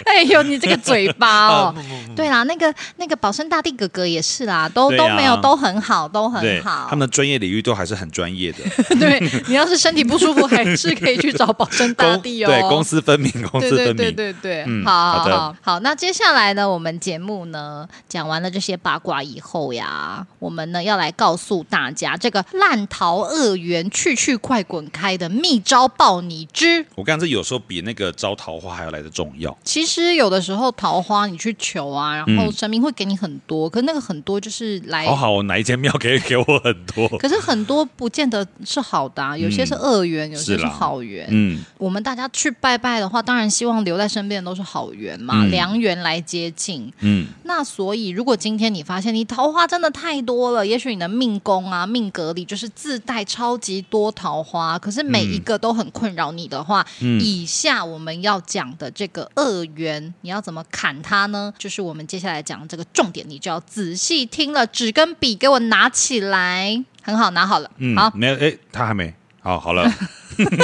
哎呦，你这个嘴巴啊哦，对啦，那个那个保生大帝哥哥也是啦，都、对都啊没有，都很好，都对，很好。他们的专业领域都还是很专业的， 对你要是身体不舒服，还是可以去找保生大 公帝哦。对公私分明，公对私对分对明。对对，嗯好好的好好。那接下来呢，我们节目呢讲完了这些八卦以后呀，我们呢要来告诉大家这个烂桃恶缘去去快滚开的秘招爆你知。我刚才有时候比那个招桃花还要来的重要。其实有的时候桃花你去求啊，然后嗯神明会给你很多，可那个很多就是来好好，哪一间庙给给我很多？哎可是很多不见得是好的、啊，有些是恶缘，有嗯些是是啦好缘。嗯，我们大家去拜拜的话，当然希望留在身边的都是好缘嘛，嗯良缘来接近。嗯，那所以，如果今天你发现你桃花真的太多了，也许你的命宫啊、命格里就是自带超级多桃花，可是每一个都很困扰你的话，以下我们要讲的这个恶缘，你要怎么砍它呢？就是我们接下来讲的这个重点，你就要仔细听了，纸跟笔给我拿起来，很好，拿好了，嗯好。 没有，哎，他还没。好，好了，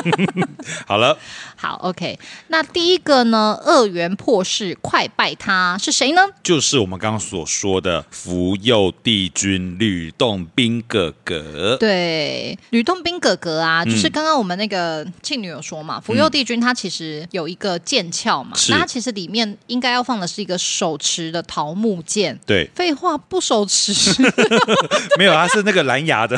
好了，好，OK。那第一个呢，恶缘破事，快拜他是谁呢？就是我们刚刚所说的福佑帝君吕洞宾哥哥。对，吕洞宾哥哥啊，嗯就是刚刚我们那个庆女有说嘛，福佑帝君他其实有一个剑鞘嘛，是那他其实里面应该要放的是一个手持的桃木剑。对，废话，不手持， 没有，他是那个蓝牙的，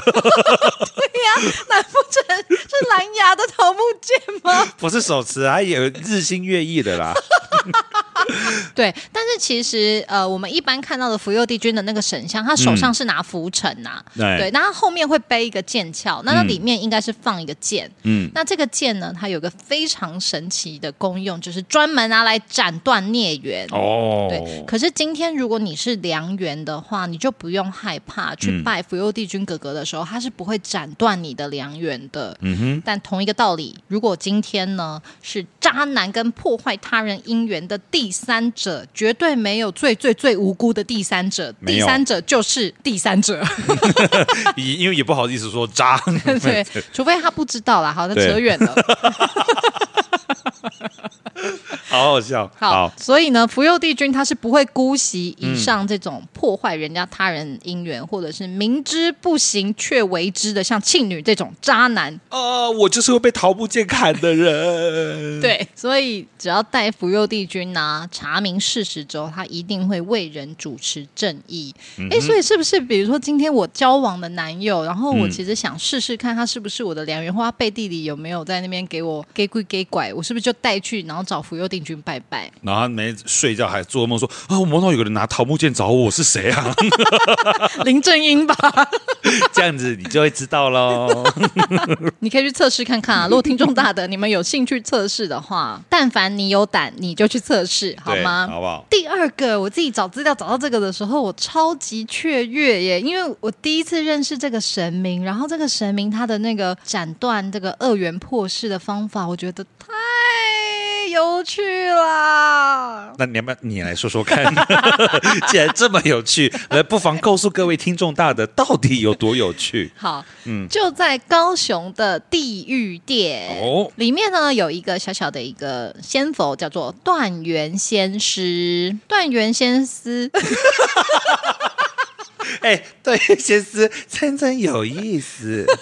难不成是蓝牙的桃木剑 吗？不是手持，他有日新月异的 啦。对，但是其实呃，我们一般看到的福佑帝君的那个神像，他手嗯上是拿拂尘呐，对对，那他后面会背一个剑鞘，那那哎嗯里面应该是放一个剑，嗯，那这个剑呢，它有个非常神奇的功用，就是专门拿来斩断孽缘。哦对，可是今天如果你是良缘的话，你就不用害怕去嗯拜福佑帝君哥哥的时候，他是不会斩断你的良缘的。嗯哼，但同一个道理，如果今天呢是渣男跟破坏他人姻缘的第三者，绝对没有最最最无辜的第三者，没第有三者就是第三者。 也因为也不好意思说渣， 对，除非他不知道啦。好，那对扯远了。好好笑。好，所以呢，福佑帝君他是不会姑息以上这种破坏人家他人姻缘，或者是明知不行却为之的，像庆女这种渣男。呃，我就是会被桃木剑砍的人。对，所以只要带福佑帝君呐、查明事实之后，他一定会为人主持正义。哎、所以是不是比如说今天我交往的男友，然后我嗯其实想试试看他是不是我的良缘，或他背地里有没有在那边给我给鬼给拐，我是不是就带去，然后找福佑帝君拜拜？然后他没睡觉还做梦说啊，我梦到有个人拿桃木剑找我，是谁 啊？林正英吧。这样子你就会知道喽。你可以去测试看 看啊。如果听众大德你们有兴趣测试的话，但凡你有胆，你就去测试 好对吗？好不好？第二个，我自己找资料找到这个的时候，我超级雀跃耶，因为我第一次认识这个神明，然后这个神明他的那个斩断这个恶缘破事的方法，我觉得太有趣啦。那你要不要你来说说 看？既然这么有趣，来不妨告诉各位听众大的到底有多有趣好，就在高雄的地狱殿哦。里面呢有一个小小的一个仙佛，叫做断元仙师。断元仙师， 哎，对， 先思真真有意思。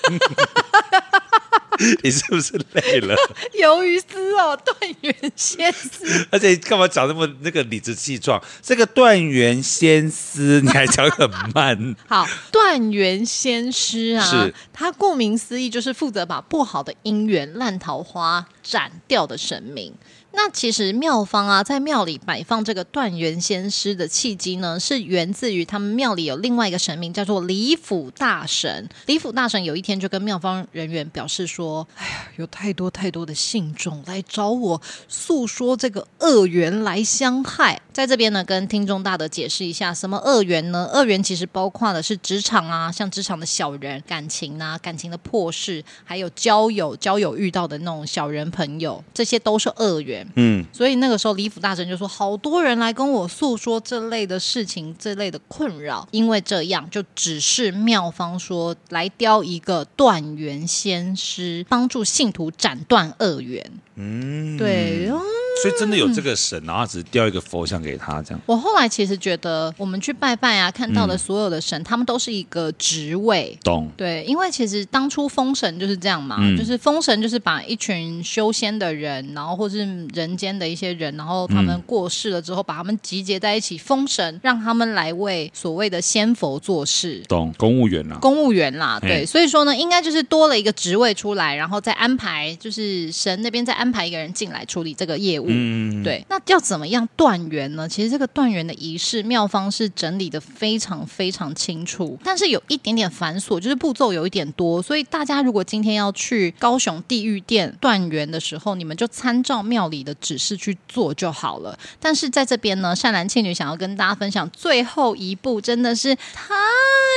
你是不是累了？ 鱿鱼丝哦，断元仙师，而且干嘛讲那么那个理直气壮？这个断垣先思，你还讲很慢好，断元仙师啊是，他顾名思义就是负责把不好的姻缘、烂桃花斩掉的神明。那其实庙方啊，在庙里摆放这个断元仙师的契机呢，是源自于他们庙里有另外一个神明叫做李府大神。李府大神有一天就跟庙方人员表示说：“哎呀，有太多太多的信众来找我诉说这个恶缘来相害。”在这边呢，跟听众大德解释一下，什么恶缘呢？恶缘其实包括的是职场啊，像职场的小人、感情啊、感情的破事，还有交友、交友遇到的那种小人朋友，这些都是恶缘。嗯，所以那个时候，李府大神就说，好多人来跟我诉说这类的事情，这类的困扰。因为这样，就指示妙方说来雕一个断缘仙师，帮助信徒斩断恶缘。嗯，对。哦所以真的有这个神，然后只是雕一个佛像给他这样。我后来其实觉得，我们去拜拜啊，看到的所有的神，他们都是一个职位。懂，对，因为其实当初封神就是这样嘛，嗯就是封神就是把一群修仙的人，然后或是人间的一些人，然后他们过世了之后，把他们集结在一起封神，让他们来为所谓的仙佛做事。懂，公务员啊，公务员啦，嘿对，所以说呢，应该就是多了一个职位出来，然后再安排，就是神那边再安排一个人进来处理这个业务。嗯，对，那要怎么样断缘呢？其实这个断缘的仪式，妙方是整理的非常非常清楚，但是有一点点繁琐，就是步骤有一点多，所以大家如果今天要去高雄地狱殿断缘的时候，你们就参照庙里的指示去做就好了。但是在这边呢，善男信女想要跟大家分享最后一步，真的是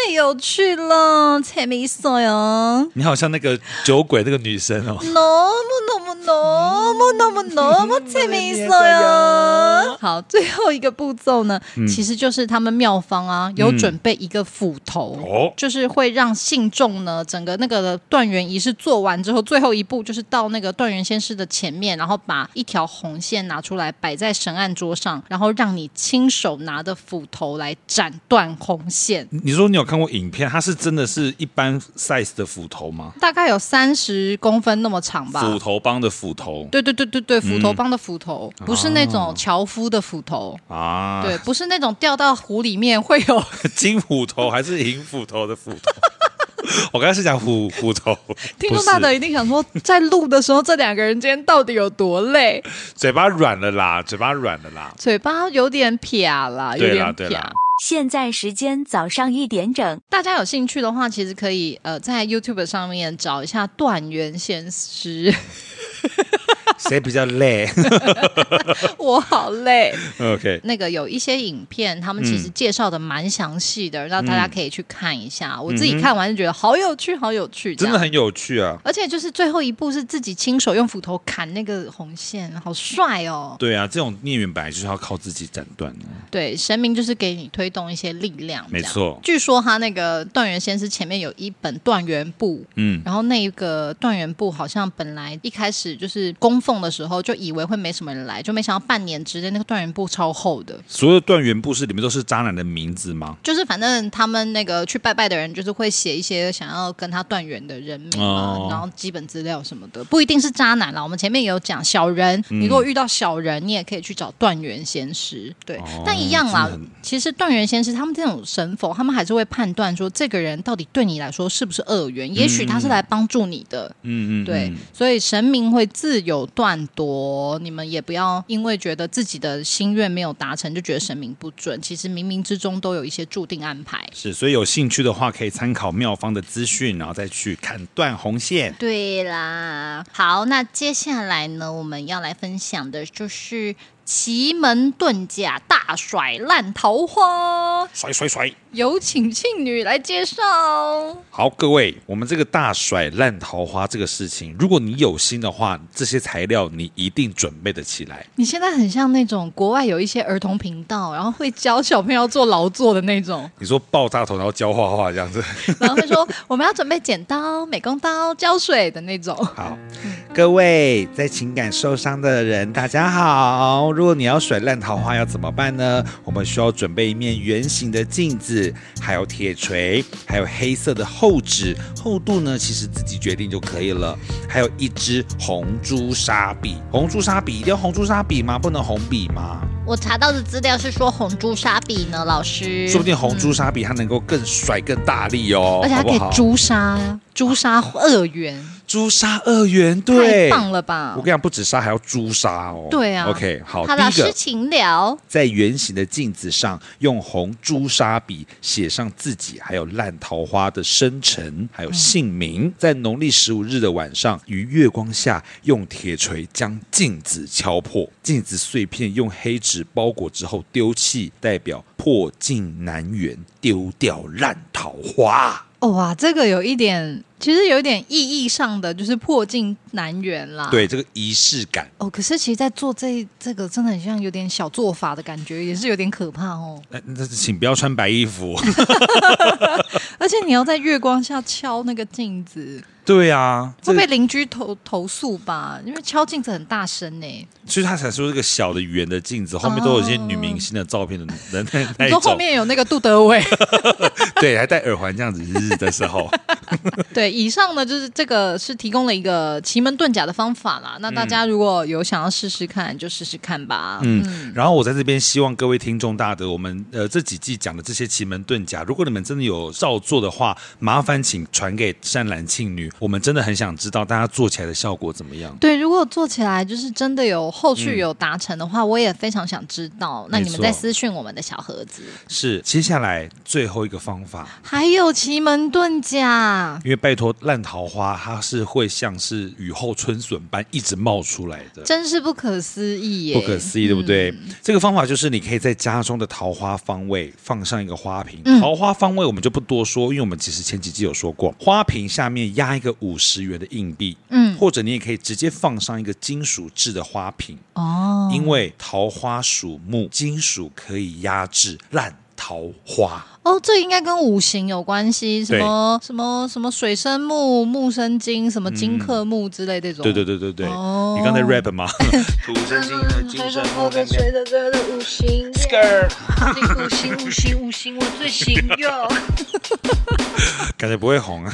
太有趣了，切米索哟。你好像那个酒鬼那个女生哦。 너무너무너무너무너무 재밌어요.太没意思了嗯哟。好，最后一个步骤呢，其实就是他们妙方啊有准备一个斧头，哦就是会让信众呢整个那个断元仪式做完之后，最后一步就是到那个断元先师的前面，然后把一条红线拿出来摆在神案桌上，然后让你亲手拿的斧头来斩断红线。你说你有看过影片，它是真的是一般 size 的斧头吗？大概有三十公分那么长吧，斧头帮的斧头对对对对对，嗯斧头帮的斧头，不是那种樵夫的斧头，哦啊，对，，不是那种掉到湖里面会有， 金斧头还是银斧头的斧头？ 我刚才是讲 虎虎头，听众大不德是一定想说，在录的时候这两个人今天到底有多累，嘴巴软了啦，嘴巴软了啦，嘴巴有点撇啦，有对啦点对撇啦。，现在时间早上一点整，大家有兴趣的话，其实可以呃在 YouTube 上面找一下断垣先师， 谁比较累我好累。 ？OK，那个有一些影片，他们其嗯实介绍的蛮详细的，让大家可以去看一下。我自嗯己看完就觉得好有趣，好有趣，这真样的很有趣啊。而且就是最后一步是自己亲手用斧头砍那个红线，好帅哦！对啊，这种孽缘本来就是要靠自己斩断的。对，神明就是给你推动一些力量，没这样。错据说他那个断元先师前面有一本断元簿，嗯，然后那个断元簿好像本来一开始就是供奉的时候就以为会没什么人来，就没想到半年之内那个断元簿超厚的。所有断元布施里面都是渣男的名字吗？就是反正他们那个去拜拜的人，就是会写一些想要跟他断缘的人名嘛，哦然后基本资料什么的，不一定是渣男啦。我们前面有讲小人，你如果遇到小人，你也可以去找断缘先师，对，但一样啦。其实断缘先师他们这种神佛，他们还是会判断说这个人到底对你来说是不是恶缘，也许他是来帮助你的，嗯嗯，对嗯，所以神明会自有断夺，你们也不要因为觉得自己的心愿没有达成就觉得神明不准，其实冥冥之中都有一些注定安排。是，所以有兴趣的话可以参考妙方的资讯，然后再去砍断红线。对啦，好，那接下来呢，我们要来分享的就是奇门遁甲大甩烂桃花，甩甩甩！有请庆女来介绍。好，各位，我们这个大甩烂桃花这个事情，如果你有心的话，这些材料你一定准备得起来。你现在很像那种国外有一些儿童频道，然后会教小朋友做劳作的那种。你说爆炸头，然后教画画这样子。 然后会说我们要准备剪刀、美工刀、胶水的那种。好，各位在情感受伤的人，大家好。如果你要甩烂桃花，要怎么办呢？我们需要准备一面圆形的镜子，还有铁锤，还有黑色的厚纸，厚度呢其实自己决定就可以了。还有一支红朱砂笔，红朱砂笔一定要红朱砂笔吗？不能红笔吗？我查到的资料是说红朱砂笔呢，老师，说不定红朱砂笔它能够更甩更大力哦，嗯而且还好不可以好？诛杀，诛杀恶缘，朱砂二元，对，太棒了吧我跟！你讲，不止杀，还要朱砂哦。对啊，OK，好，好，第老一师个请聊。在圆形的镜子上用红朱砂笔写上自己还有烂桃花的生辰，还有姓名。嗯在农历十五日的晚上，于月光下用铁锤将镜子敲破，镜子碎片用黑纸包裹之后丢弃，代表破镜难圆，丢掉烂桃花。哦哇，这个有一点，其实有一点意义上的就是破镜难圆啦。。对，这个仪式感。哦，可是其实，在做这这个真的很像有点小做法的感觉，也是有点可怕哦。那那请不要穿白衣服。而且你要在月光下敲那个镜子， 对啊，会这个被邻居投投诉吧？因为敲镜子很大声呢。所以他才说这个小的圆的镜子后面都有一些女明星的照片的那 那那哦你一说后种，面有那个杜德伟， 对，还戴耳环这样子日的时 候，对，以上呢就是这个是提供了一个奇门遁甲的方法啦。嗯那大家如果有想要试试看，就试试看吧。嗯，嗯，然后我在这边希望各位听众大德，我们呃这几季讲的这些奇门遁甲，如果你们真的有照做的话，麻烦请传给善兰庆女，我们真的很想知道大家做起来的效果怎么样。对，如果做起来就是真的有后续有达成的话，我也非常想知道。那你嗯没们错再私讯我们的小盒子。是，接下来最后一个方法。还有奇门遁甲，因为拜托，烂桃花它是会像是雨后春笋般一直冒出来的，真是不可思议耶！不可思议，对不对？这个方法就是你可以在家中的桃花方位放上一个花瓶，嗯桃花方位我们就不多说，因为我们其实前几季有说过，花瓶下面压一个五十元的硬币，嗯，或者你也可以直接放上一个金属制的花瓶，哦，因为桃花属木，金属可以压制烂桃花。哦，这应该跟五行有关系，什对么什么什么水生木、木生金、什么金克木之类这种。嗯对对对对对，哦你刚才 rap 吗？土生金的金生木跟随着这的五行，五行五行五行，我最行哟。感觉不会红。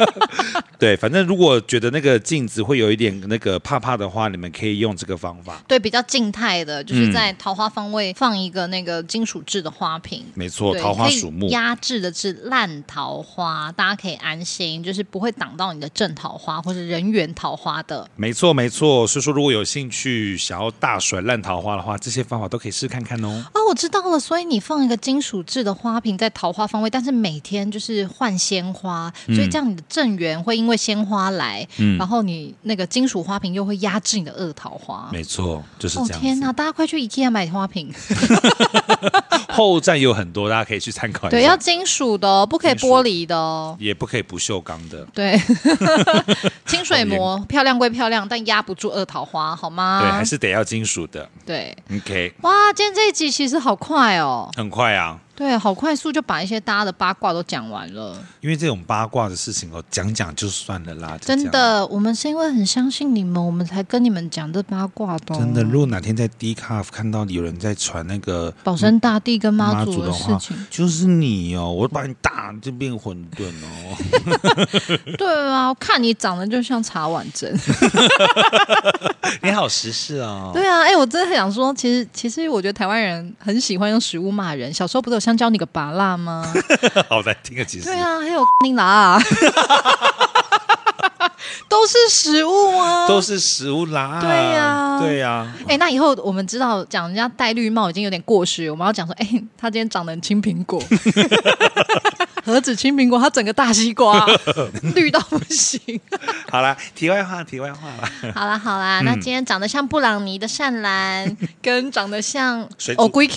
对，反正如果觉得那个镜子会有一点那个怕怕的话，你们可以用这个方法。 对，比较静态的，就是嗯在桃花方位放一个那个金属制的花瓶。没错，对哦桃花可以属木。压制的是烂桃花，大家可以安心，就是不会挡到你的正桃花或者人缘桃花的。没错，没错。所以说，如果有兴趣想要大甩烂桃花的话，这些方法都可以试看看哦。哦，我知道了，所以你放一个金属制的花瓶在桃花方位，但是每天就是换鲜花，所以嗯这样你的正缘会因为鲜花来，然后你那个金属花瓶又会压制你的恶桃花。没错，就是哦这样天子。哪！大家快去 IKEA 买花瓶，后站有很多，大家可以去参考一下。对，要金属的哦，不可以金属玻璃的哦。也不可以不锈钢的。对， 清水膜漂亮归漂亮，但压不住恶桃花，好吗？对，还是得要金属的。对 OK，哇，今天这一集其实好快哦，很快啊，对，好快速就把一些大家的八卦都讲完了。因为这种八卦的事情哦，讲讲就算了啦。就这样真，的，我们是因为很相信你们，我们才跟你们讲这八卦的哦、真的。如果哪天在 D 卡看到有人在传那个保生大帝跟妈祖祖的事话情，，就是你哦，我把你打就变混沌哦。对啊，我看你长得就像茶碗蒸， 哦你好时事哦。对啊，哎、我真的很想说，其实其实我觉得台湾人很喜欢用食物骂人，小时候不是有香蕉你个拔 辣吗？好难听啊，其实对啊，还有 你拿啊，都是食物啊，都是食物啦。对呀对啊呀，哎、那以后我们知道讲人家戴绿帽已经有点过时，我们要讲说，哎、他今天长得很青苹果， 何止青苹果，他整个大西瓜，绿到不行。好啦，题外话，题外话啦。 好啦好啦，嗯那今天长得像布朗尼的善兰，跟长得像水煮偶龟 壳，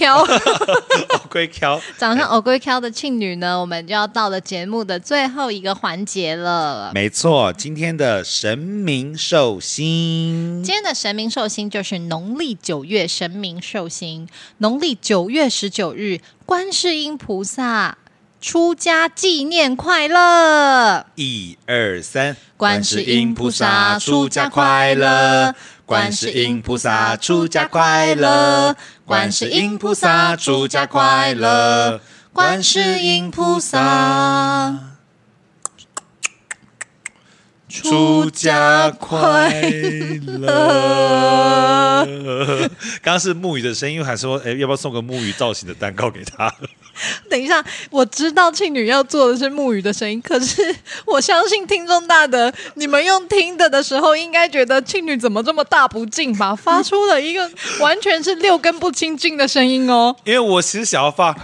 龟壳，长得像偶龟壳的庆女呢，我们就要到了节目的最后一个环节了。没错，今天的神明寿星，今天的神明寿星就是农历九月神明寿星，农历九月十九日，观世音菩萨出家纪念快乐。一二三，观世音菩萨出家快乐，观世音菩萨出家快乐，观世音菩萨出家快乐，观世音菩萨出家快乐。刚刚是木鱼的声音，我还说，哎，要不要送个木鱼造型的蛋糕给他？等一下，我知道庆女要做的是木鱼的声音，可是我相信听众大德，你们用听的的时候，应该觉得庆女怎么这么大不敬吧？发出了一个完全是六根不清净的声音哦，因为我其实想要放，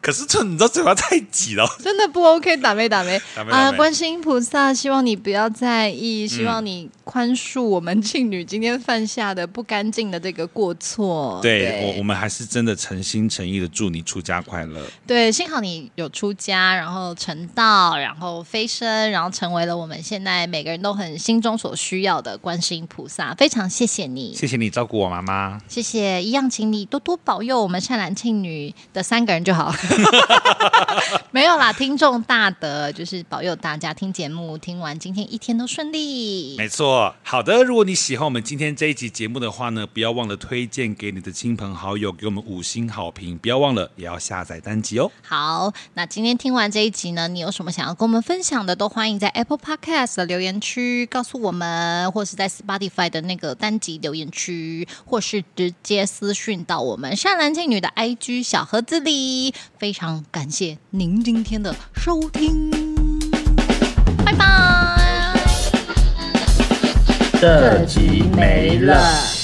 可是这你知道嘴巴太挤了，真的不 OK，打没打没打咩打嗯啊！咩观世音菩萨，希望你不要在意，希望你宽恕我们庆女今天犯下的不干净的这个过错。对我，我们还是真的诚心诚意的祝你出家快乐。对，幸好你有出家，然后成道，然后飞升，然后成为了我们现在每个人都很心中所需要的观世音菩萨。非常谢谢你，谢谢你照顾我妈妈。谢谢，一样，请你多多保佑我们善男信女的三个人就好。没有啦，听众大德就是保佑大家听节目，听完今天一天都顺利。没错，好的。如果你喜欢我们今天这一集节目的话呢，不要忘了推荐给你的亲朋好友，给我们五星好评。不要忘了也要下载单集哦。好，那今天听完这一集呢，你有什么想要跟我们分享的，都欢迎在 Apple Podcast 的留言区告诉我们，或是在 Spotify 的那个单集留言区，或是直接私讯到我们善男信女的 IG 小盒子里。非常感谢您今天的收听，拜拜。这集没了。